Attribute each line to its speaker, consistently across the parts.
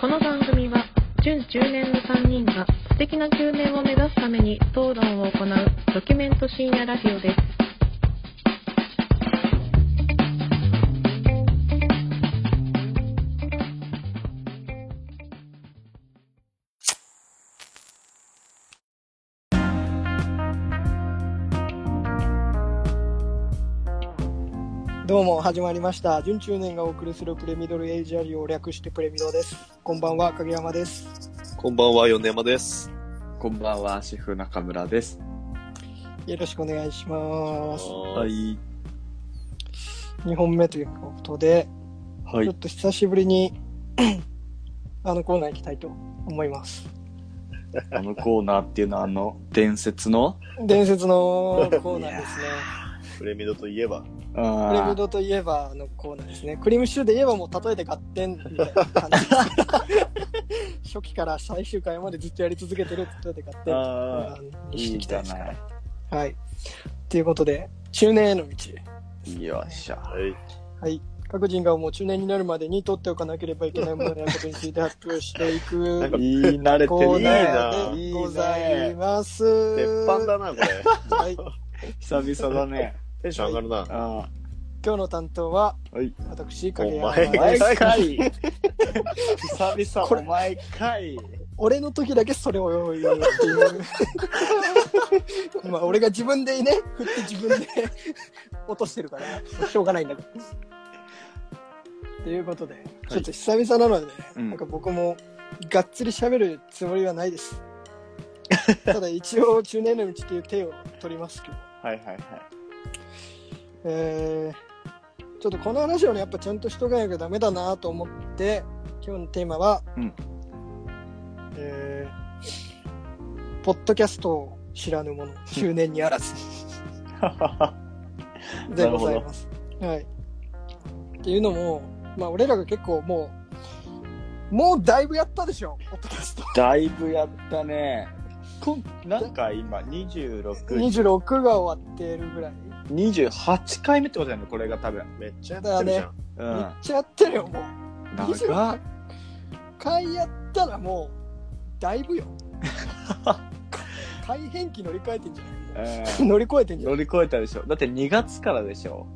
Speaker 1: この番組は準10年の3人が素敵な9年を目指すために討論を行うドキュメント深夜ラジオです。
Speaker 2: どうも始まりました準中年がお送りするプレミドルエイジアリを略してプレミドですこんばんは影山です
Speaker 3: こんばんは、米山です。
Speaker 4: こんばんは、シェフ中村です。
Speaker 2: よろしくお願いします
Speaker 3: は。
Speaker 4: い。
Speaker 2: 2本目ということで、
Speaker 4: は
Speaker 2: ちょっ。と久しぶりに あのコーナー行きたいと思います
Speaker 4: あのコーナーっていうのは、あの、伝説の、
Speaker 2: 伝説のコーナーですね
Speaker 3: プレミドといえば、
Speaker 2: プレ
Speaker 4: あ
Speaker 2: ミドといえばあのコーナーですねクリームシチューで言えばもう例えて合点みたいな感 じ初期から最終回までずっとやり続けてる例えて合
Speaker 4: ー
Speaker 2: 点
Speaker 4: あ
Speaker 2: うんに
Speaker 4: ー、い
Speaker 2: して
Speaker 4: い
Speaker 2: いき
Speaker 4: じ
Speaker 2: たい
Speaker 4: ゃ
Speaker 2: ですから
Speaker 4: ない。
Speaker 2: はい。ということで、中年への道。
Speaker 4: よっしゃ。
Speaker 3: はい、
Speaker 2: はい。各人がもう中年になるまでに取っておかなければいけないものやことについて発表してい
Speaker 3: な
Speaker 2: く
Speaker 3: んか
Speaker 4: いい、慣れて
Speaker 2: コー
Speaker 4: る。いい
Speaker 2: ナ
Speaker 4: な
Speaker 2: ー
Speaker 4: い
Speaker 2: で
Speaker 4: い
Speaker 2: ござい
Speaker 4: ね。
Speaker 2: ます。
Speaker 3: 鉄板だな、これ。
Speaker 2: はい。
Speaker 4: 久々だね。
Speaker 3: テンション上がるな。
Speaker 4: あ
Speaker 2: 今日の担当は、
Speaker 4: はい
Speaker 2: 私、
Speaker 3: お
Speaker 2: 影山
Speaker 3: 前
Speaker 4: あ。毎
Speaker 2: です。
Speaker 4: 回。久
Speaker 2: こ
Speaker 4: 々、
Speaker 2: れ
Speaker 4: お前かい。
Speaker 2: 俺の時だけそれを用意っていう。 まあ、俺が自分でね、振って自分で落としてるから、しょうがないんだけど。ということで、ちょっと久々なのでね、
Speaker 4: うん
Speaker 2: なんか僕もがっつり喋るつもりはないです。ただ一応、中年の道っていう手を取りますけど、
Speaker 4: はいはいはい。
Speaker 2: えーちょっとこの話をね、やっぱちゃんとしとかなきゃダメだなと思って、今日のテーマは、
Speaker 4: うん
Speaker 2: えーポッドキャストを知らぬ者、中年にあ らずでございます。はい。っていうのも、まあ俺らが結構もう、もうだいぶやったでしょ、ポッドキャス ト。
Speaker 4: だいぶやったね。 こんなんか今、26、
Speaker 2: 26が終わってるぐらい。
Speaker 4: 28回目ってことだよね、これが多分。
Speaker 3: めっちゃやってるじゃん。
Speaker 4: う
Speaker 2: めっ
Speaker 4: ん。
Speaker 2: ちゃやってるよ、もう。
Speaker 4: 長っ
Speaker 2: 回やったらもうだいぶよ 大変期乗り越えてんじゃない
Speaker 4: うん
Speaker 2: 乗り越えてんじゃな
Speaker 4: 乗り越えたでしょだって2月からでしょ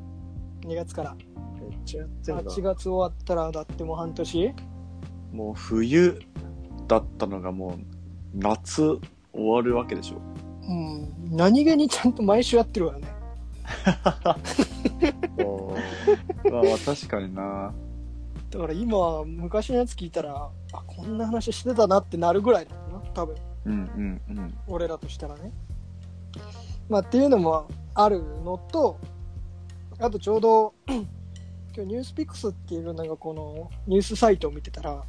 Speaker 2: い2月から
Speaker 3: めっちゃやってるな
Speaker 2: 8。月終わったらだってもう半年
Speaker 4: もう冬だったのがもう夏終わるわけでしょ
Speaker 2: うん何気にちゃんと毎週やってるわよね
Speaker 4: まあまあ確かにな
Speaker 2: だから今昔のやつ聞いたらあこんな話してたなってなるぐらいだったな多分
Speaker 4: うんうんうん
Speaker 2: 俺らとしたらねまあっていうのもあるのとあとちょうど 今日ニュースピックスっていうなんかこのニュースサイトを見てたら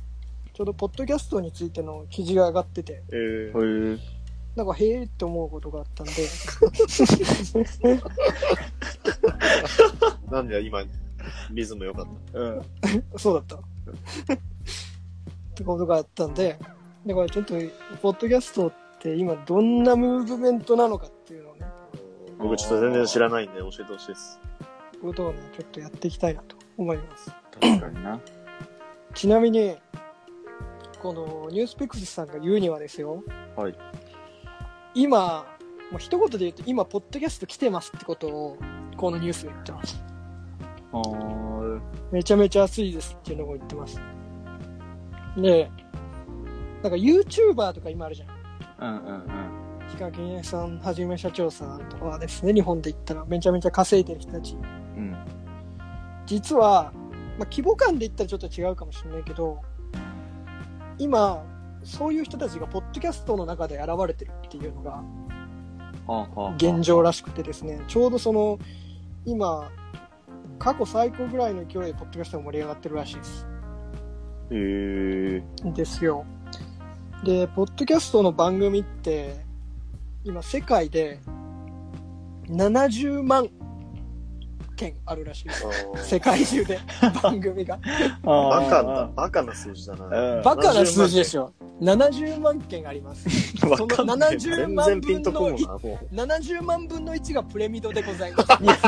Speaker 2: ちょうどポッドキャストについての記事が上がってて
Speaker 3: えー
Speaker 4: そういう
Speaker 2: なんかへえって思うことがあったんで
Speaker 3: なんで今、リズム良かっ
Speaker 4: うん
Speaker 2: そうだったってことがあったんでだからちょっとポッドキャストって今どんなムーブメントなのかっていうのをね
Speaker 3: た。僕ちょっと全然知らないんで教えてほしいです。
Speaker 2: ことをねちょっとやっていきたいなと思います
Speaker 4: 確かにな
Speaker 2: ちなみにこのニュースピックスさんが言うにはですよ、
Speaker 4: はい、
Speaker 2: 今もう一言で言うと今ポッドキャスト来てますってことをこのニュースが言ってます
Speaker 4: あー
Speaker 2: めちゃめちゃ熱いですっていうのも言ってますでなんか YouTuber とか今あるじゃん
Speaker 4: うんうんうん
Speaker 2: ヒカキンさんはじめ社長さんとかはですね日本で言ったらめちゃめちゃ稼いでる人たち
Speaker 4: うん
Speaker 2: 実は、まあ、規模感で言ったらちょっと違うかもしれないけど今そういう人たちがポッドキャストの中で現れてるっていうのが
Speaker 4: はあはあ
Speaker 2: 現状らしくてですねちょうどその今過去最高ぐらいの勢いでポッドキャストが盛り上がってるらしいです
Speaker 4: へえ
Speaker 2: ですよでポッドキャストの番組って今世界で70万件あるらしいです
Speaker 3: あー
Speaker 2: 世界中で番組が
Speaker 4: バ
Speaker 3: バカな、バカな数字だな。
Speaker 4: うん
Speaker 2: バカな数字でしょ。 70万件あります。
Speaker 3: わ
Speaker 2: その
Speaker 3: かんない。
Speaker 2: 70万分
Speaker 3: 全
Speaker 2: の
Speaker 3: 然ピンとこんな。もう
Speaker 2: 70万分の1がプレミドでござ います。
Speaker 4: いや、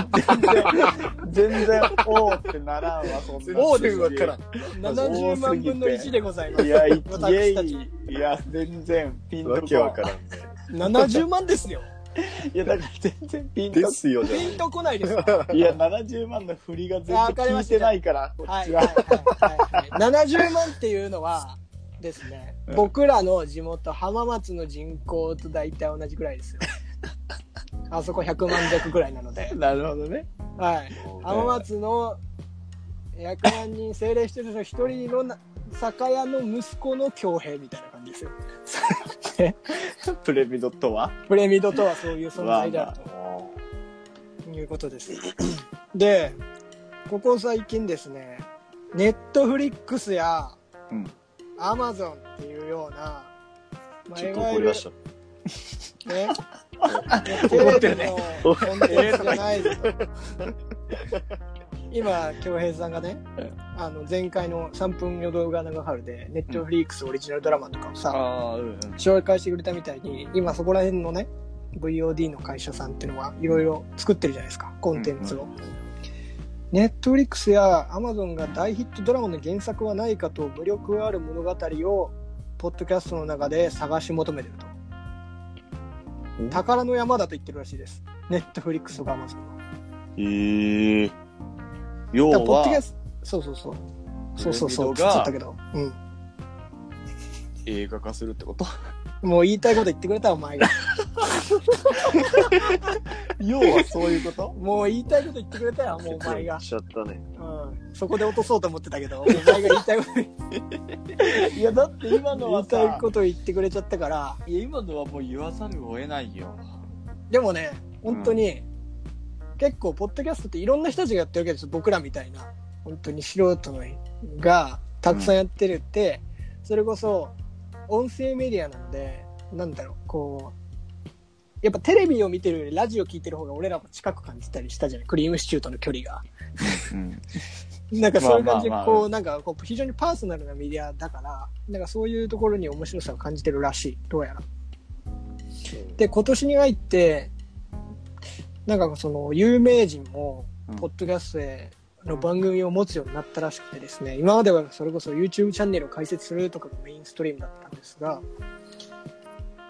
Speaker 4: 全然、全然、おーってならんわ、そんな。
Speaker 2: おーでわから
Speaker 4: ん。
Speaker 2: 70万分の1でございます
Speaker 4: い。や、い
Speaker 2: 私たち
Speaker 4: えいいや、全然、ピンとこ
Speaker 3: わ
Speaker 4: ん
Speaker 3: けわからんね。
Speaker 2: 70万ですよ。
Speaker 4: いや、だから全然ピンと
Speaker 3: で
Speaker 4: こ
Speaker 3: すよじゃ
Speaker 2: ピンとこない ですよ。
Speaker 4: ん。いや、70万の振りが全然
Speaker 2: あわかり
Speaker 4: 聞
Speaker 2: ま
Speaker 4: い
Speaker 2: した
Speaker 4: てないから、こっ
Speaker 2: はい
Speaker 4: ち
Speaker 2: はい
Speaker 4: は。
Speaker 2: はいはい、70万っていうのはですね、
Speaker 4: うん
Speaker 2: 僕らの地元浜松の人口と大体同じくらい ですよあそこ100万弱くらいなので、
Speaker 4: なるほどね。
Speaker 2: はい、
Speaker 3: ない。
Speaker 2: 浜松の100万人政令してる人一人のな酒屋の息子の恭平みたいな感じですよ
Speaker 4: プレミドとは
Speaker 2: プレミドとはそういう存在であるということです でここ最近ですねネットフリックスや
Speaker 4: うん。
Speaker 2: アマゾンっていうような、まあ
Speaker 3: ちょっと怒りました。
Speaker 2: ね、
Speaker 4: 怒ってるね
Speaker 2: テレビのコンテンツじゃないぞ今、京平さんがね
Speaker 4: うん、
Speaker 2: あの前回の3分余動画長春で、ネットフリックスオリジナルドラマとかをさ、
Speaker 4: ああ、うん。
Speaker 2: 紹介してくれたみたいに、今そこら辺のね、VOD の会社さんっていうのはいろいろ作ってるじゃないですか、コンテンツを。ネットフリックスやアマゾンが大ヒットドラマの原作はないかと無力ある物語をポッドキャストの中で探し求めてると
Speaker 3: お
Speaker 2: 宝の山だと言ってるらしいですネットフリックスとかアマゾンは
Speaker 4: ええ。要
Speaker 2: だからポッドキャ
Speaker 4: は、
Speaker 2: ストそうそうそうそうそうそう
Speaker 4: プレミドが
Speaker 2: つったけど、うん、
Speaker 4: 映画化するっ てこと
Speaker 2: もう言いたいこと言ってくれたお前が
Speaker 4: 要はそういう こと
Speaker 2: もう言いたいこと言ってくれたよもうお前が
Speaker 3: し、ちゃったね。
Speaker 2: うん、そこで落とそうと思ってた けどお前が言いたいこと言っ
Speaker 4: いや、だって今の
Speaker 2: 言
Speaker 4: はい
Speaker 2: たい
Speaker 4: さ、
Speaker 2: こと言ってくれちゃったから
Speaker 4: いや、今のはもう言わざるを得ないよ。
Speaker 2: でもね、本当に、結構、ポッドキャストっていろんな人たちがやってるわけですよ。僕らみたいな、本当に素人のがたくさんやってるって、それこそ、音声メディアなので、なんだろう、こう、やっぱテレビを見てるよりラジオ聞いてる方が俺らも近く感じたりしたじゃないクリームシチューとの距離が。
Speaker 4: うん。
Speaker 2: なんかそういう感じで、
Speaker 4: まあまあまあ
Speaker 2: こう、なんかこう非常にパーソナルなメディアだから、なんかそういうところに面白さを感じてるらしい、どうやら。で、今年に入って、なんかその有名人も
Speaker 4: うん、
Speaker 2: ポッドキャストへの番組を持つようになったらしくてですね、今まではそれこそ YouTube チャンネルを開設するとかがメインストリームだったんですが、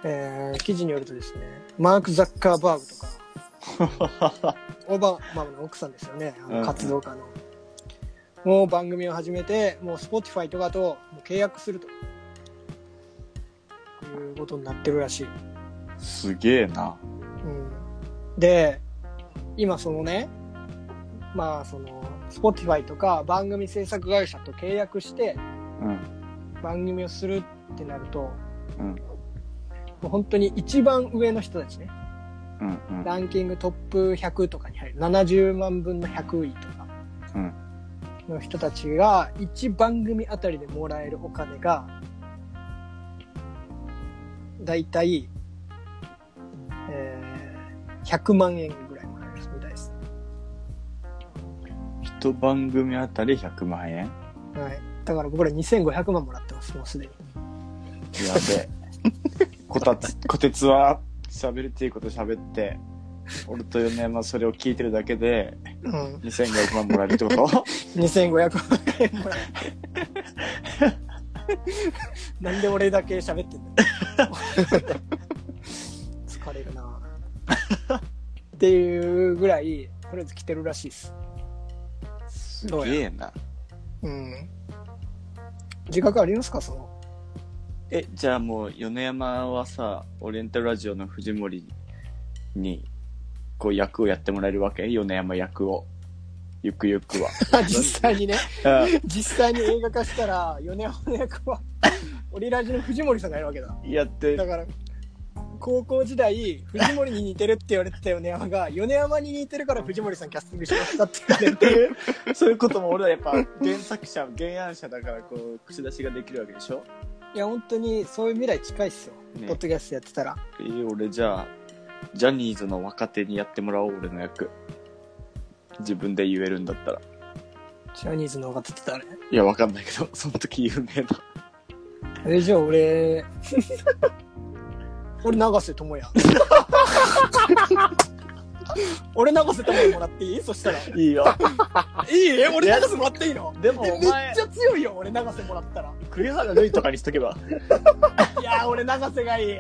Speaker 2: えー記事によるとですね、マーク・ザッカーバーグとか、 オバマの奥さんですよね、あ
Speaker 4: うんう
Speaker 2: の
Speaker 4: ん
Speaker 2: 活動家の。もう番組を始めて、もう Spotify とかともう契約すると。いうことになってるらしい。
Speaker 4: すげえな。
Speaker 2: うん、で、今そのね、まあその、Spotify とか番組制作会社と契約して
Speaker 4: うん。
Speaker 2: 番組をするってなると、
Speaker 4: うん
Speaker 2: もう本当に一番上の人たちね、
Speaker 4: うん。うん。
Speaker 2: ランキングトップ100とかに入る70万分の100位とか
Speaker 4: うん
Speaker 2: の人たちが1番組あたりでもらえるお金がだいたい、えー100万円ぐらいもらえるみたいです、
Speaker 4: 一番組あたり100万円や
Speaker 2: はい、だから僕ら2500万もらってますもうすでに
Speaker 4: べえ こたつこてつは喋るっていうこと喋って俺と米山はそれを聞いてるだけで
Speaker 2: うん
Speaker 4: 2500万もらえるってこと
Speaker 2: 2500万円もらえるなんで俺だけ喋ってんだよ疲れるなっていうぐらいとりあえず来てるらしいです
Speaker 4: す
Speaker 2: どうや
Speaker 4: げえな
Speaker 2: うん自覚ありますかその
Speaker 4: えじゃあもう米山はさオリエンタルラジオの藤森にこう役をやってもらえるわけ米山役をゆくゆ くは
Speaker 2: 実際にね
Speaker 4: う
Speaker 2: 実際に映画化したら米山の役は オリラジの藤森さんがやるわけだ
Speaker 4: んやって
Speaker 2: だから高校時代藤森に似てるって言われてた米山が米山に似てるから藤森さんキャスティングしましたって言われて
Speaker 4: っていうそういうことも俺はやっぱ原作者原案者だからこう口出しができるわけでしょ
Speaker 2: いや本当にそういう未来近いっすよ、
Speaker 4: ね
Speaker 2: ポッドキャストやってたら
Speaker 4: えー俺じゃあジャニーズの若手にやってもらおう俺の役自分で言えるんだったら
Speaker 2: ジャニーズの方って誰
Speaker 4: いやわかんないけどその時有名な
Speaker 2: えじゃあ俺 俺永瀬智也 俺永瀬智也もらっていいそしたらい
Speaker 4: いいよ。
Speaker 2: いえ俺永瀬もらっていいの
Speaker 4: でも
Speaker 2: え
Speaker 4: お
Speaker 2: めっ
Speaker 4: 前
Speaker 2: ち、ゃ強いよ俺永瀬もらったら
Speaker 4: 栗原るいとかにしとけば。
Speaker 2: いやー俺永瀬がいい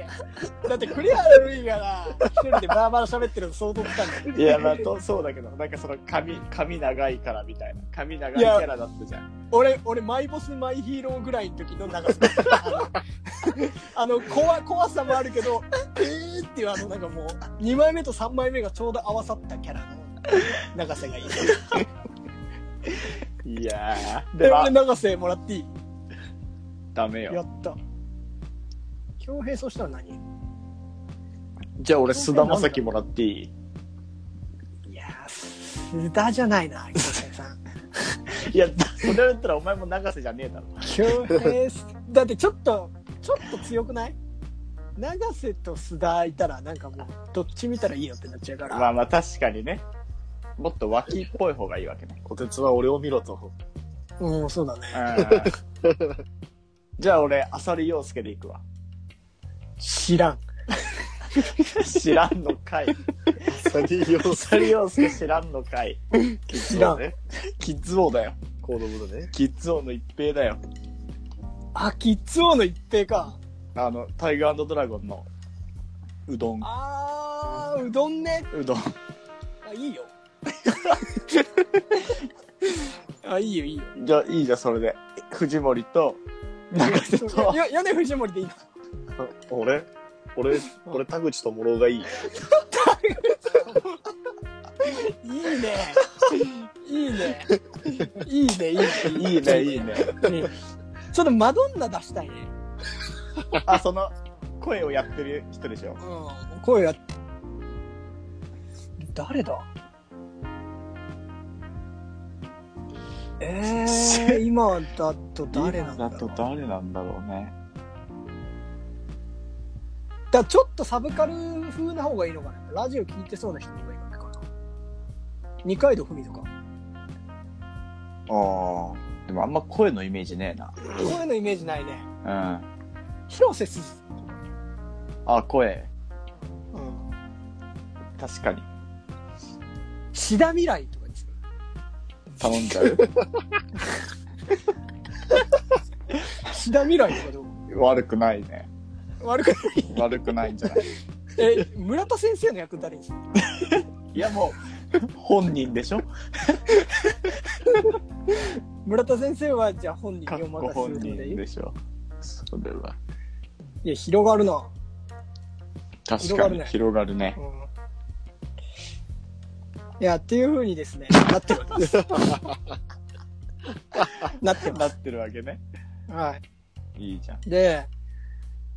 Speaker 2: だって栗原るいがな一人でバーバラ喋ってるの想像つかんない
Speaker 4: いや、まあ、とそうだけど、なんかその髪、髪長いからみたいな。髪長いキ
Speaker 2: いや
Speaker 4: ャラだったじゃん。
Speaker 2: 俺、俺、マイボス、マイヒーローぐらいの時の長さ。あの、あの怖、怖さもあるけど、えーっていう、あの、なんかもう、2枚目と3枚目がちょうど合わさったキャラの長さがいい。
Speaker 4: いやー、
Speaker 2: で、
Speaker 4: でも
Speaker 2: 俺、、長瀬もらっていい
Speaker 4: ダメ
Speaker 2: や
Speaker 4: よ。
Speaker 2: った。恭平、そしたら何い
Speaker 4: じゃあ俺、菅田将暉もらっていい
Speaker 2: やー、須田じゃないな、恭平さん。
Speaker 4: いや、それだったらお前も永瀬じゃねえだろ。
Speaker 2: 恭平す、だってちょっと、ちょっと強くない長瀬と須田いたら、なんかもう、どっち見たらいいよってなっちゃうから。
Speaker 4: まあまあ、確かにね。もっと脇っぽい方がいいわけね。
Speaker 3: こてつは俺を見ろと。
Speaker 2: うん、そうだね。
Speaker 4: うんじゃあ俺、浅利陽介で行くわ。
Speaker 2: 知らん。
Speaker 4: 知らんのかい。
Speaker 3: サニー用
Speaker 4: 浅利陽介知らんのかい。
Speaker 2: 知らん。
Speaker 3: ね。
Speaker 4: キッズ王だよ。
Speaker 3: コードブルね。
Speaker 4: キッズ王の一平だよ。
Speaker 2: あ、キッズ王の一平か。
Speaker 4: あの、タイガードラゴンのうどん。
Speaker 2: あー、うどんね。
Speaker 4: うどん。
Speaker 2: あ、いいよ。 あ、いいよ、いいよ。
Speaker 4: じゃあ、いいじゃん、それで。藤森と、長瀬と、
Speaker 2: よ、米藤森でいいの
Speaker 3: あ俺俺、俺、田口智朗がいい。
Speaker 2: いいね。いいね。いいね、いいね。
Speaker 4: いいね、いいね。
Speaker 2: ねちょっとマドンナ出したいね。
Speaker 4: あ、その、声をやってる人でしょ。
Speaker 2: うん、声や誰だえ ー、今だと誰なんだろう
Speaker 4: 今と誰なんだろうね。
Speaker 2: だからちょっとサブカル風な方がいいのかなラジオ聞いてそうな人の方がいいのかな二階堂ふみとか
Speaker 4: ああ。でもあんま声のイメージねえな。
Speaker 2: そういうのイメージないね
Speaker 4: うん。
Speaker 2: 広瀬すず、
Speaker 4: あ、声。
Speaker 2: うん、
Speaker 4: 確かに。
Speaker 2: 志田未来とかにする
Speaker 4: 頼んじゃう。
Speaker 2: 志田未来とかどう
Speaker 4: 悪くないね。
Speaker 2: 悪くない
Speaker 4: 悪くないんじゃない
Speaker 2: え村田先生の役誰にする
Speaker 4: いやもう、本人でしょ
Speaker 2: 村田先生はじゃあ本人
Speaker 4: かっ
Speaker 2: にお
Speaker 4: こ
Speaker 2: 任せす
Speaker 4: 本
Speaker 2: る
Speaker 4: 人
Speaker 2: のでいい
Speaker 4: でしょ。それは。
Speaker 2: いや広がるな、
Speaker 4: 確
Speaker 2: 広が
Speaker 4: か
Speaker 2: る
Speaker 4: に
Speaker 2: ね
Speaker 4: 広がるね
Speaker 2: う。ん、いやっていうふうにですねなってます なってま
Speaker 4: な
Speaker 2: す
Speaker 4: ってるわけね。
Speaker 2: はい
Speaker 4: いいじゃん。
Speaker 2: で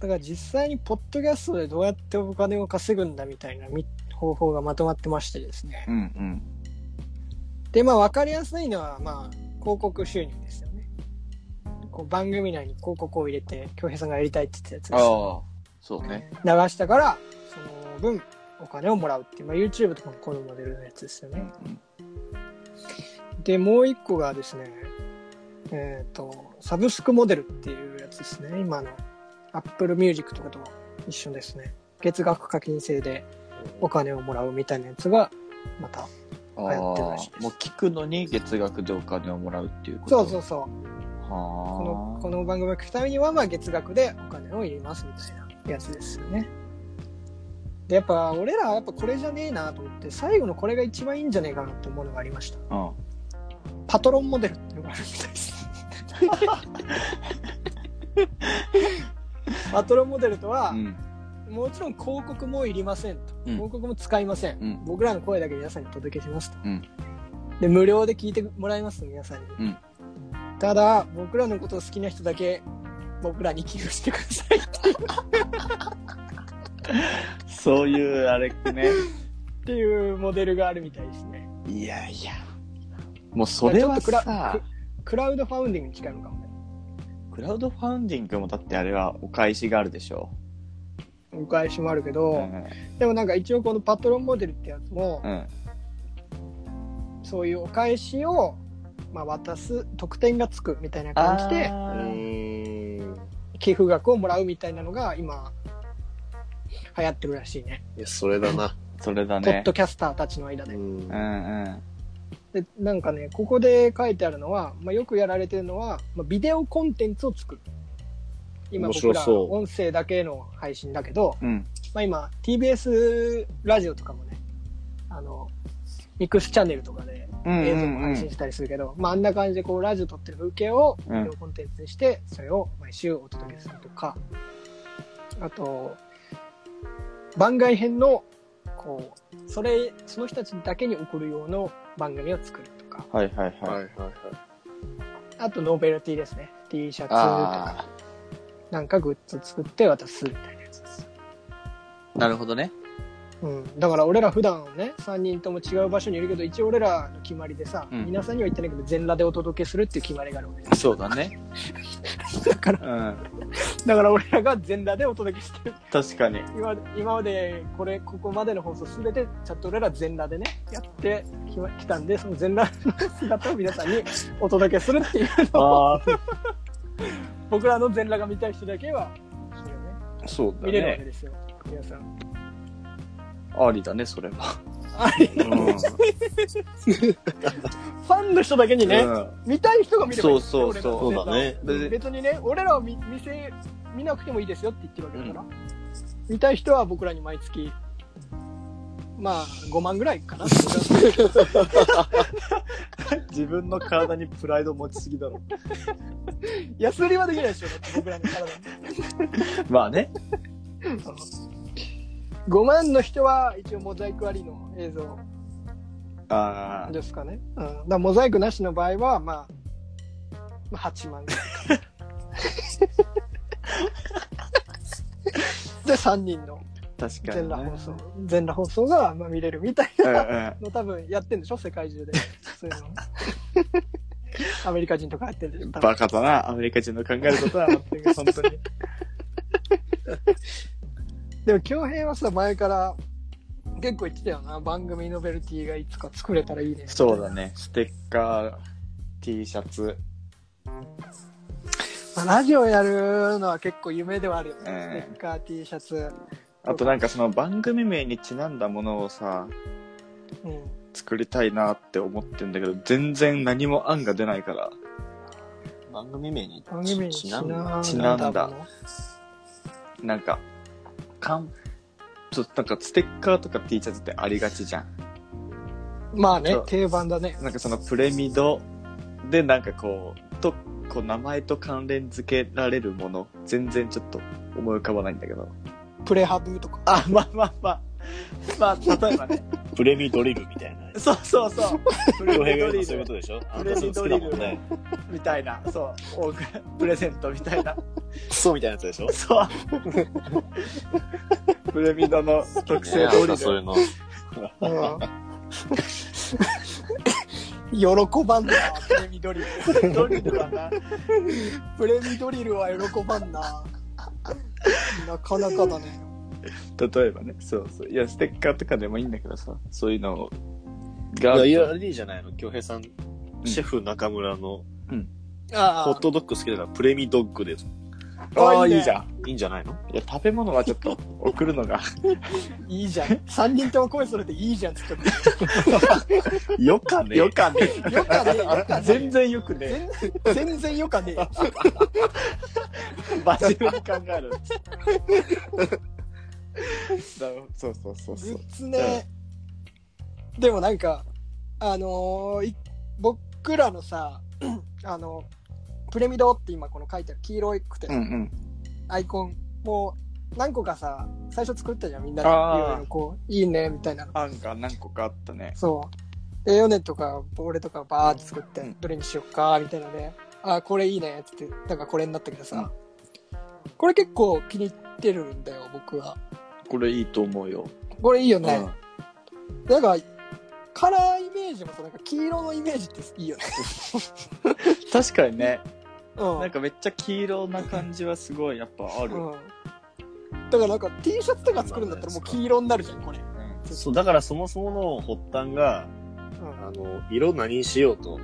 Speaker 2: だから実際にポッドキャストでどうやってお金を稼ぐんだみたいなみ方法がまとまってましてですね
Speaker 4: うんうん。
Speaker 2: でまあ分かりやすいのはまあ広告収入ですよねこう番組内に広告を入れて恭平さんがやりたいって言ってた
Speaker 4: ああ
Speaker 2: やつで、
Speaker 4: そうね。
Speaker 2: す流したからその分お金をもらうっていう、まあ、YouTube とかもこのモデルのやつですよ
Speaker 4: うんう
Speaker 2: ね
Speaker 4: ん。
Speaker 2: でもう一個がですねえっ、とサブスクモデルっていうやつですね今の Apple Music とかと一緒ですね月額課金制でお金をもらうみたいなやつがまた
Speaker 4: ああ
Speaker 2: 流行ってるらしいです
Speaker 4: もう聞くのに月額でお金をもらうっていうこと。
Speaker 2: そうそううそうこの
Speaker 4: は
Speaker 2: この番組を聞くためにはまあ月額でお金を入れますみたいなやつですよねでやっぱ俺らはやっぱこれじゃねえなと思って最後のこれが一番いいんじゃねえかなって思うのがありました
Speaker 4: あ。うん。
Speaker 2: パトロンモデルっていうのがあるみたいです。パトロンモデルとは、
Speaker 4: うん
Speaker 2: もちろん広告もいりませんと、
Speaker 4: うん
Speaker 2: 広告も使いません、
Speaker 4: うん
Speaker 2: 僕らの声だけ皆さんにお届けしますと、
Speaker 4: うん
Speaker 2: で無料で聞いてもらいます皆さんに、
Speaker 4: うん
Speaker 2: ただ僕らのことを好きな人だけ僕らに寄付してくださいっ
Speaker 4: そういうあれね。
Speaker 2: ていうモデルがあるみた いですね
Speaker 4: いやいや。もうそれ
Speaker 2: ちょっ
Speaker 4: は
Speaker 2: とクラ
Speaker 4: さ、
Speaker 2: クラウドファウンディングに近いのかもね
Speaker 4: クラウドファウンディングもだってあれはお返しがあるでしょ。
Speaker 2: お返しもあるけ
Speaker 4: う
Speaker 2: ど、
Speaker 4: ん。
Speaker 2: でもなんか一応このパトロンモデルってやつも、
Speaker 4: うん。
Speaker 2: そういうお返しを、まあ、渡す特典がつくみたいな感じで
Speaker 4: あ
Speaker 3: う
Speaker 4: ー
Speaker 3: ーん。
Speaker 2: 寄付額をもらうみたいなのが今流行ってるらしいね
Speaker 3: いや、それだな。
Speaker 4: それだ
Speaker 2: ポッ
Speaker 4: ね
Speaker 2: ド。キャスターたちの間
Speaker 3: う
Speaker 2: で
Speaker 3: ん
Speaker 4: う。んうん。
Speaker 2: でなんかねここで書いてあるのは、まあ、よくやられてるのは、まあ、ビデオコンテンツを作る今
Speaker 3: 面
Speaker 2: 僕
Speaker 3: 白
Speaker 2: ら
Speaker 3: そう
Speaker 2: 音声だけの配信だけど、
Speaker 4: うん。
Speaker 2: まあ、今 TBS ラジオとかもねあのミックスチャンネルとかで
Speaker 4: うん
Speaker 2: 映
Speaker 4: う
Speaker 2: 像も
Speaker 4: んう
Speaker 2: 配信
Speaker 4: ん。
Speaker 2: したりするけど、まあ、あんな感じでこうラジオ撮ってる風景を
Speaker 4: うん
Speaker 2: ビデオコンテンツにして、それを毎週お届けするとかあと番外編のこうそれその人たちだけに送る用の番組を作るとか
Speaker 4: はい
Speaker 3: は
Speaker 4: はい
Speaker 3: い
Speaker 4: は
Speaker 3: はいは
Speaker 4: い。
Speaker 3: い。
Speaker 2: あとノベルティですね T シャツとか
Speaker 4: あ
Speaker 2: なんかグッズ作って渡すみたいなやつです、
Speaker 4: あ。なるほどね。
Speaker 2: うん、だから俺ら普段ね3人とも違う場所にいるけど一応俺らの決まりでさ、
Speaker 4: うん
Speaker 2: 皆さんには言ってないけど全裸でお届けするっていう決まりがあるわけです
Speaker 4: そうだね。
Speaker 2: だから
Speaker 4: うん。
Speaker 2: だから俺らが全裸でお届けしてる
Speaker 4: 確かに。
Speaker 2: 今今までこれここまでの放送すべてちゃんと俺ら全裸でねやってきま来たんでその全裸の姿を皆さん にお届けするっていうのを
Speaker 4: ああ。
Speaker 2: 僕らの全裸が見たい人だけは、それをね、
Speaker 4: そうだ
Speaker 2: 見れるわけ
Speaker 4: ね。
Speaker 2: ですよ皆さん
Speaker 4: ありだね、それは。
Speaker 2: あれ
Speaker 4: うん
Speaker 2: ファンの人だけにね、
Speaker 4: うん
Speaker 2: 見たい人が見ればいいんですよ
Speaker 4: そうそ
Speaker 2: 俺らの全裸を
Speaker 3: そう
Speaker 4: う
Speaker 3: そう
Speaker 4: だね
Speaker 2: 別にね俺らは見見せ見なくてもいいですよって言ってるわけだから、見たい人は僕らに毎月まあ5万ぐらいかな
Speaker 4: 自分の体にプライド持ちすぎだろ。
Speaker 2: 安売りはできないでしょ、だって僕らの体に。
Speaker 4: まあね。
Speaker 2: 5万の人は一応モザイクありの映像
Speaker 4: あ
Speaker 2: ですかね。うん、だからモザイクなしの場合は、まあ、8万ぐらいかな。で、3人の
Speaker 4: あ、確か
Speaker 2: 全
Speaker 4: に、ね。
Speaker 2: 裸放送、全裸放送がまあ見れるみたい
Speaker 4: うん
Speaker 2: な
Speaker 4: うん。
Speaker 2: の多分やってんでしょ、世界中で。そう いうの。アメリカ人とかやってるでしょ、多分
Speaker 4: バカだな、アメリカ人の考える ことは、本当に。
Speaker 2: でも恭平はさ前から結構言ってたよな番組ノベルティがいつか作れたらいいね
Speaker 4: そうだね、ステッカー、T シャツ、
Speaker 2: まあラジオやるのは結構夢ではあるよね、
Speaker 4: うん
Speaker 2: ステッカー T シャツ、
Speaker 4: あとなんかその番組名にちなんだものをさ、
Speaker 2: うん、
Speaker 4: 作りたいなって思ってんだけど、全然何も案が出ないから。
Speaker 3: 番組名に
Speaker 2: 番組に
Speaker 3: ち
Speaker 2: ち
Speaker 3: な
Speaker 2: なんん
Speaker 3: だ
Speaker 2: だ
Speaker 4: ちなんだ
Speaker 2: もの
Speaker 4: なんか、かん、ちょっとなんかステッカーとか T シャツってありがちじゃん。
Speaker 2: まあね
Speaker 4: そう
Speaker 2: 定番だね
Speaker 4: なんかそのプレミドでなんかこう、と、こう名前と関連付けられるもの、全然ちょっと思い浮かばないんだけど。
Speaker 2: プレハブとか
Speaker 4: あ、まあまあまあ。まあ、例えばね。
Speaker 3: プレミドリルみたいな。
Speaker 4: そうそうそう。プレ
Speaker 3: 洋平が
Speaker 4: ミド
Speaker 3: 言
Speaker 4: リ
Speaker 3: うそういうこと
Speaker 4: ル
Speaker 3: でしょあ
Speaker 4: プ
Speaker 3: ん
Speaker 4: レ
Speaker 3: たそう好き
Speaker 4: ミドリ
Speaker 3: だもん
Speaker 4: ル
Speaker 3: ね。
Speaker 4: みたいな、そう、おプレゼントみたいな、
Speaker 3: クソみたいなやつでしょ
Speaker 4: そう。プレミドの特
Speaker 3: い
Speaker 4: 性
Speaker 3: や
Speaker 4: 通
Speaker 3: そうい
Speaker 4: り
Speaker 3: うの。
Speaker 2: うん喜ばんなプレミドリル
Speaker 4: で、ドリルはな、
Speaker 2: プレミドリルは喜ばんななかなかだね
Speaker 4: 例えばね、そうそう。いや、ステッカーとかでもいいんだけどさ、そういうのを
Speaker 3: い
Speaker 4: が、
Speaker 3: や、いや、いいじゃないの。京平さん、シェフ中村の
Speaker 2: あ
Speaker 3: ホットドッグ好きだから、プレミドッグで
Speaker 4: ああ、
Speaker 2: いいね
Speaker 4: いいじゃん。
Speaker 3: いいんじゃないの
Speaker 4: いや、食べ物はちょっと送るの が、
Speaker 2: いいじゃん3人とも声それていいじゃんって言っ
Speaker 4: よかね。よかね。
Speaker 2: たよかねよかね
Speaker 4: 全然よくね。
Speaker 2: 全全然よかねえよ
Speaker 4: バジルに考える。だそうそうそう
Speaker 2: グ
Speaker 4: そう。
Speaker 2: ッズね、でもなんかあのーい僕らのさ あのプレミドって今この書いてある黄色くて、
Speaker 4: うんうん。
Speaker 2: アイコンもう何個かさ最初作ったじゃんみんな
Speaker 4: あー
Speaker 2: でいろいろこういいねみたいなの
Speaker 4: 案が何個かあったね。
Speaker 2: そうでヨネとか俺とかバーって作って、
Speaker 4: うん
Speaker 2: どれにしよっかみたいなねあーこれいいねっつってなんかこれになったけどさ、これ結構気に入ってるんだよ僕は
Speaker 4: これいいと思うよ。
Speaker 2: これいいよね、なんか、カラーイメージもさ、なんか黄色のイメージっていいよね。
Speaker 4: 確かにね。
Speaker 2: うん。
Speaker 4: なんかめっちゃ黄色な感じはすごいやっぱある。
Speaker 2: うん。だからなんか T シャツとか作るんだったらもう黄色になるじゃん、これ。
Speaker 3: そう、だからそもそもの発端が、
Speaker 2: うん。
Speaker 3: あの、色何にしようと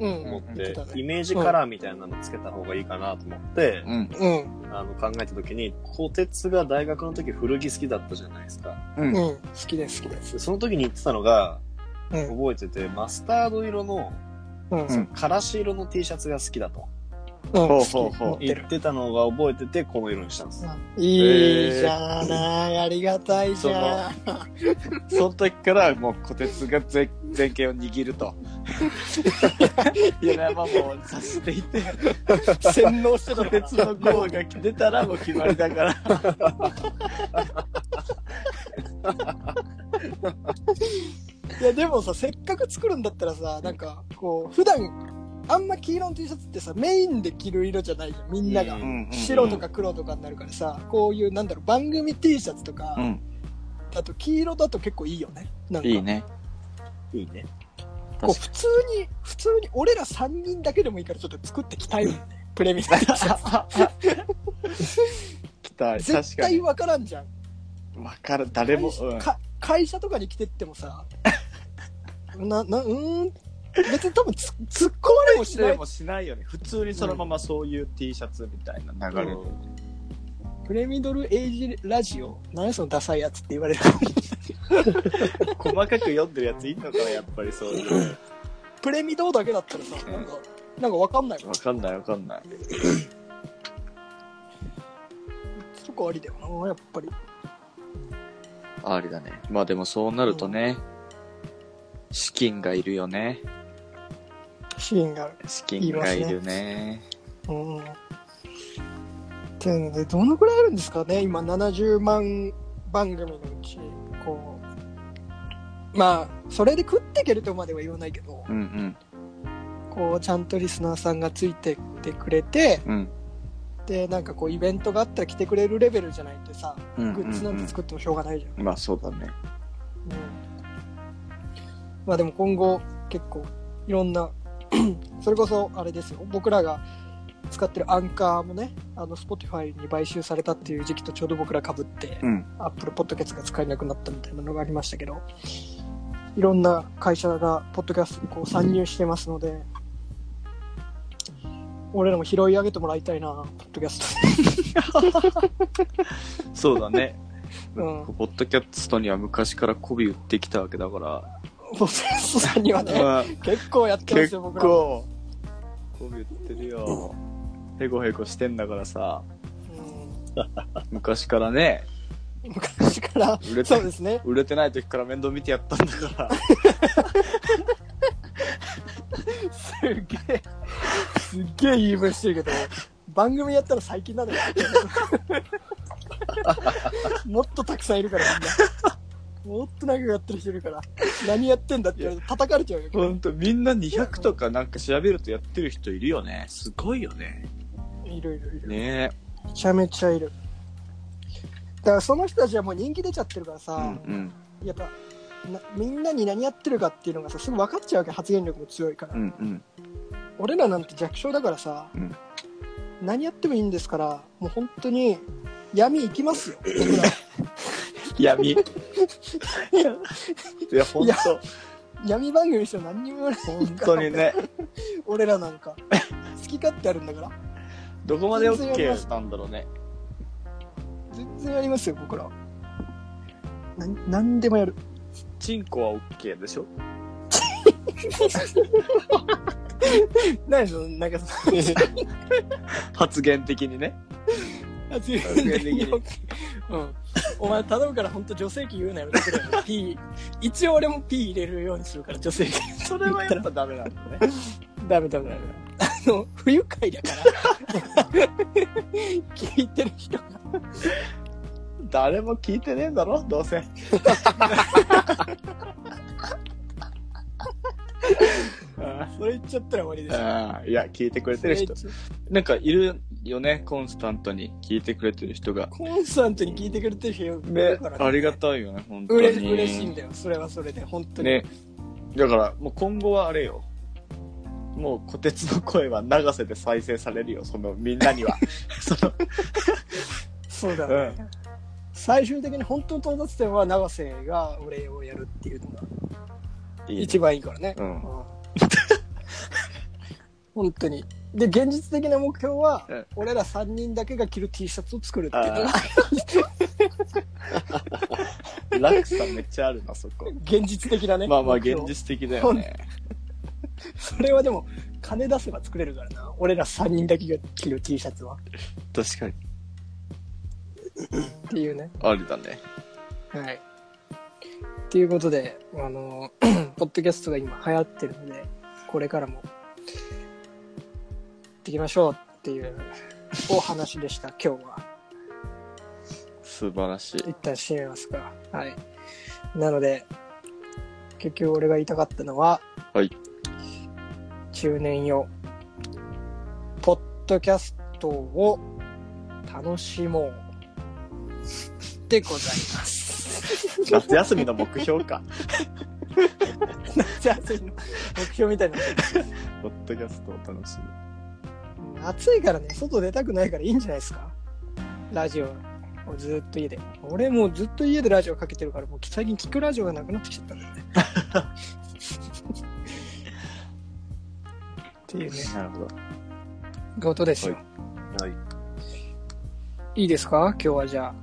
Speaker 2: うん
Speaker 3: 思っ
Speaker 2: 言
Speaker 3: て
Speaker 2: ってた、ね
Speaker 3: イメージカラーみたいなのつけた方がいいかなと思って、
Speaker 4: うん。
Speaker 2: うん
Speaker 3: あの考えた時に、小鉄が大学の時古着好きだったじゃないですか。
Speaker 4: うん。
Speaker 2: うん好きです好きです
Speaker 3: でその時に言ってたのが、
Speaker 2: うん
Speaker 3: 覚えてて、マスタード色の、
Speaker 2: うん
Speaker 4: うん
Speaker 3: からし色の T シャツが好きだと
Speaker 2: うん
Speaker 4: ほう
Speaker 2: 好
Speaker 4: ほう
Speaker 2: き
Speaker 4: ほう
Speaker 2: 持って
Speaker 3: 言
Speaker 2: る
Speaker 3: ってたのが覚えてて、この色にしたんです。
Speaker 2: いいじゃないありがたいじゃん
Speaker 4: その時からもう虎鉄が前前傾を握ると。米山もさしていて、洗脳して虎 鉄のゴーが出たらもう決まりだから。
Speaker 2: いやでもさせっかく作るんだったらさなんかこう普段あんま黄色の T シャツってさメインで着る色じゃないじゃんみんなが
Speaker 3: う
Speaker 2: 白とか黒とかになるからさこういうなんだろう番組 T シャツとか、
Speaker 4: うん。
Speaker 2: あと黄色だと結構いいよねなんか
Speaker 4: いいね。
Speaker 3: いいね。
Speaker 2: こう普通に普通に俺ら3人だけでもいいからちょっと作ってきたい よねプレミアム T シャツ
Speaker 4: 期待。確
Speaker 2: 絶
Speaker 4: か
Speaker 2: 対
Speaker 4: に。
Speaker 2: 分からんじゃん
Speaker 4: わかる。誰も。うん
Speaker 2: か会社とかに来てってもさななうーん別に多分 つ突っ込まれもしな
Speaker 4: で
Speaker 2: い
Speaker 4: もしないよね。普通にそのままそういう T シャツみたいな流れで。
Speaker 2: プレミドルエイジラジオ何そのダサいやつって言われる
Speaker 4: 細かく読んでるやついいのかな、やっぱりそういう。
Speaker 2: プレミドだけだったらさなんかなんか分かんないわ
Speaker 4: わかんないわかんない。
Speaker 2: そこありだよなやっぱり
Speaker 4: ありだね。まあでもそうなるとね、資金がいるよね。
Speaker 2: シーンがある
Speaker 4: 資金がいるね。
Speaker 2: うんていうのでどのくらいあるんですかね今70万番組のうちこうまあそれで食っていけるとまでは言わないけど
Speaker 4: うん
Speaker 2: こうちゃんとリスナーさんがついてってくれて
Speaker 4: うん。うん。
Speaker 2: でなんかこうイベントがあったら来てくれるレベルじゃないとさ
Speaker 4: うんうんう
Speaker 2: グ
Speaker 4: ん
Speaker 2: ッズなんて作ってもしょうがないじゃん、
Speaker 4: まあそうだね。
Speaker 2: うんまあでも今後結構いろんな それこそあれですよ僕らが使ってるアンカーもねあの Spotify に買収されたっていう時期とちょうど僕らかぶって
Speaker 4: うん。
Speaker 2: Apple Podcast が使えなくなったみたいなのがありましたけどいろんな会社がポッドキャストにこう参入してますので俺らも拾い上げてもらいたいなポッドキャス
Speaker 4: そうだね。
Speaker 2: ト、うん、ポ ッ
Speaker 4: ポッドキャストには昔から媚び売ってきたわけだか
Speaker 2: ドキャストさんにはね
Speaker 4: ら。
Speaker 2: 結構やってます
Speaker 4: 結
Speaker 2: よ僕らも、
Speaker 4: 構、媚び売ってるよ。へこへこしてんだからさ、昔からね、
Speaker 2: うん、昔から
Speaker 4: 売れて
Speaker 2: そうですね
Speaker 4: 売れてない時から面倒見てやったんだから。
Speaker 2: すげえ、すっげえ言い分してるけど、番組やったら最近なの よ。もっとたくさんいるから、みんな。もっと長くやってる人いるから、何やってんだって言われて叩かれちゃうよ。
Speaker 4: ほんと、みんな200とかなんか調べるとやってる人いるよね。すごいよね。
Speaker 2: いるいるいる。
Speaker 4: ね
Speaker 2: めちゃめちゃいる。だからその人たちはもう人気出ちゃってるから
Speaker 4: え。
Speaker 2: さ、
Speaker 4: うん
Speaker 2: やっぱなみんなに何やってるかっていうのがさすぐ分かっちゃうわけ発言力も強いから、
Speaker 4: うん。うんうん。
Speaker 2: 俺らなんて弱小だからさ、
Speaker 4: うん
Speaker 2: 何やってもいいんですからもう本当に闇行きますよ僕 ら
Speaker 4: 闇。いや、ほんと、
Speaker 2: 闇番組にしても何にも言わない
Speaker 4: ほんとにね、
Speaker 2: 俺らなんか好き勝手あるんだから
Speaker 4: どこまで OK なんだろうね。
Speaker 2: 全然やりますよ僕らなん何でもやる
Speaker 4: チンコは OK でしょ
Speaker 2: 何そのなんか その
Speaker 4: 発言的にね。
Speaker 2: 発言的にうん、お前頼むから本当女性器言うなよだけど P 一応俺も P 入れるようにするから女性器
Speaker 4: それはやっぱダメなんだね。
Speaker 2: ダメダメダメあの不愉快だから 聞いてる人が
Speaker 4: 誰も聞いてねえんだろどうせ。
Speaker 2: それ言っちゃったら終わりですよ
Speaker 4: ああ、いや、聞いてくれ
Speaker 2: そ
Speaker 4: て
Speaker 2: れ
Speaker 4: る
Speaker 2: 言っち
Speaker 4: 人
Speaker 2: ゃ。
Speaker 4: なんかいるよね、コンスタントに聞いてくれてる人が。
Speaker 2: コンスタントに聞いてくれてる人がい
Speaker 4: ね
Speaker 2: るから、、ね
Speaker 4: ありがたいよね、本当
Speaker 2: う
Speaker 4: に。
Speaker 2: れ嬉しいんだよそれはそれで本当に、
Speaker 4: ね。だから、もう今後はあれよ。もう、虎鉄の声は流せて再生されるよ、その、みんなに は。その、
Speaker 2: そうだね、最終的に本当の到達点は永瀬がお礼をやるっていうのが
Speaker 4: いいね
Speaker 2: 一番いいからね
Speaker 4: う
Speaker 2: う
Speaker 4: ん
Speaker 2: ん 本当に。で、現実的な目標は、
Speaker 4: うん
Speaker 2: 俺ら3人だけが着る T シャツを作るっていうのが、
Speaker 4: 落差めっちゃあるな、そこ。
Speaker 2: 現実的なね。
Speaker 4: まあまあ、
Speaker 2: 目
Speaker 4: 現
Speaker 2: 標
Speaker 4: 実的だよね。
Speaker 2: それはでも、金出せば作れるからな。俺ら3人だけが着る T シャツは。
Speaker 4: 確かに。
Speaker 2: っていうね。
Speaker 4: ありだね。
Speaker 2: はい。ということで、あの、 ポッドキャストが今流行ってるので、これからも、やっていきましょうっていうお話でした、今日は。
Speaker 4: 素晴らしい。
Speaker 2: 一旦閉めますか。はい。なので、結局俺が言いたかったのは、
Speaker 4: はい。
Speaker 2: 中年よ。ポッドキャストを楽しもう。でござい ます。
Speaker 4: 夏休みの目標か。
Speaker 2: 夏休みの目標みたいな。
Speaker 4: ポッドキャストを楽しむ。
Speaker 2: 暑いからね、外出たくないからいいんじゃないですか。ラジオをずっと家で。俺もうずっと家でラジオかけてるから、もう最近聞くラジオがなくなってきちゃったんだよ ね。っていうね、
Speaker 4: なるほど。
Speaker 2: ことですよ。
Speaker 3: はい。
Speaker 2: い、いですか今日はじゃあ、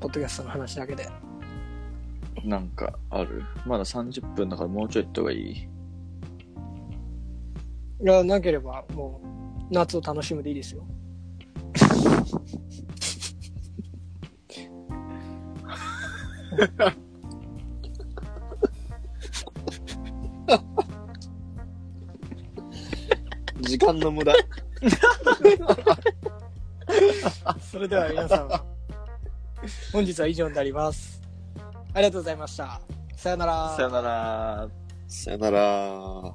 Speaker 2: ポッドキャストの話だけで。
Speaker 4: なんかあるまだ30分だからもうちょい行った方がいい
Speaker 2: いや、なければもう、夏を楽しむでいいですよ。
Speaker 4: 時間の無駄。
Speaker 2: それでは皆さん、 本日は以上になります。ありがとうございました。さよなら。
Speaker 4: さよなら。
Speaker 3: さよなら。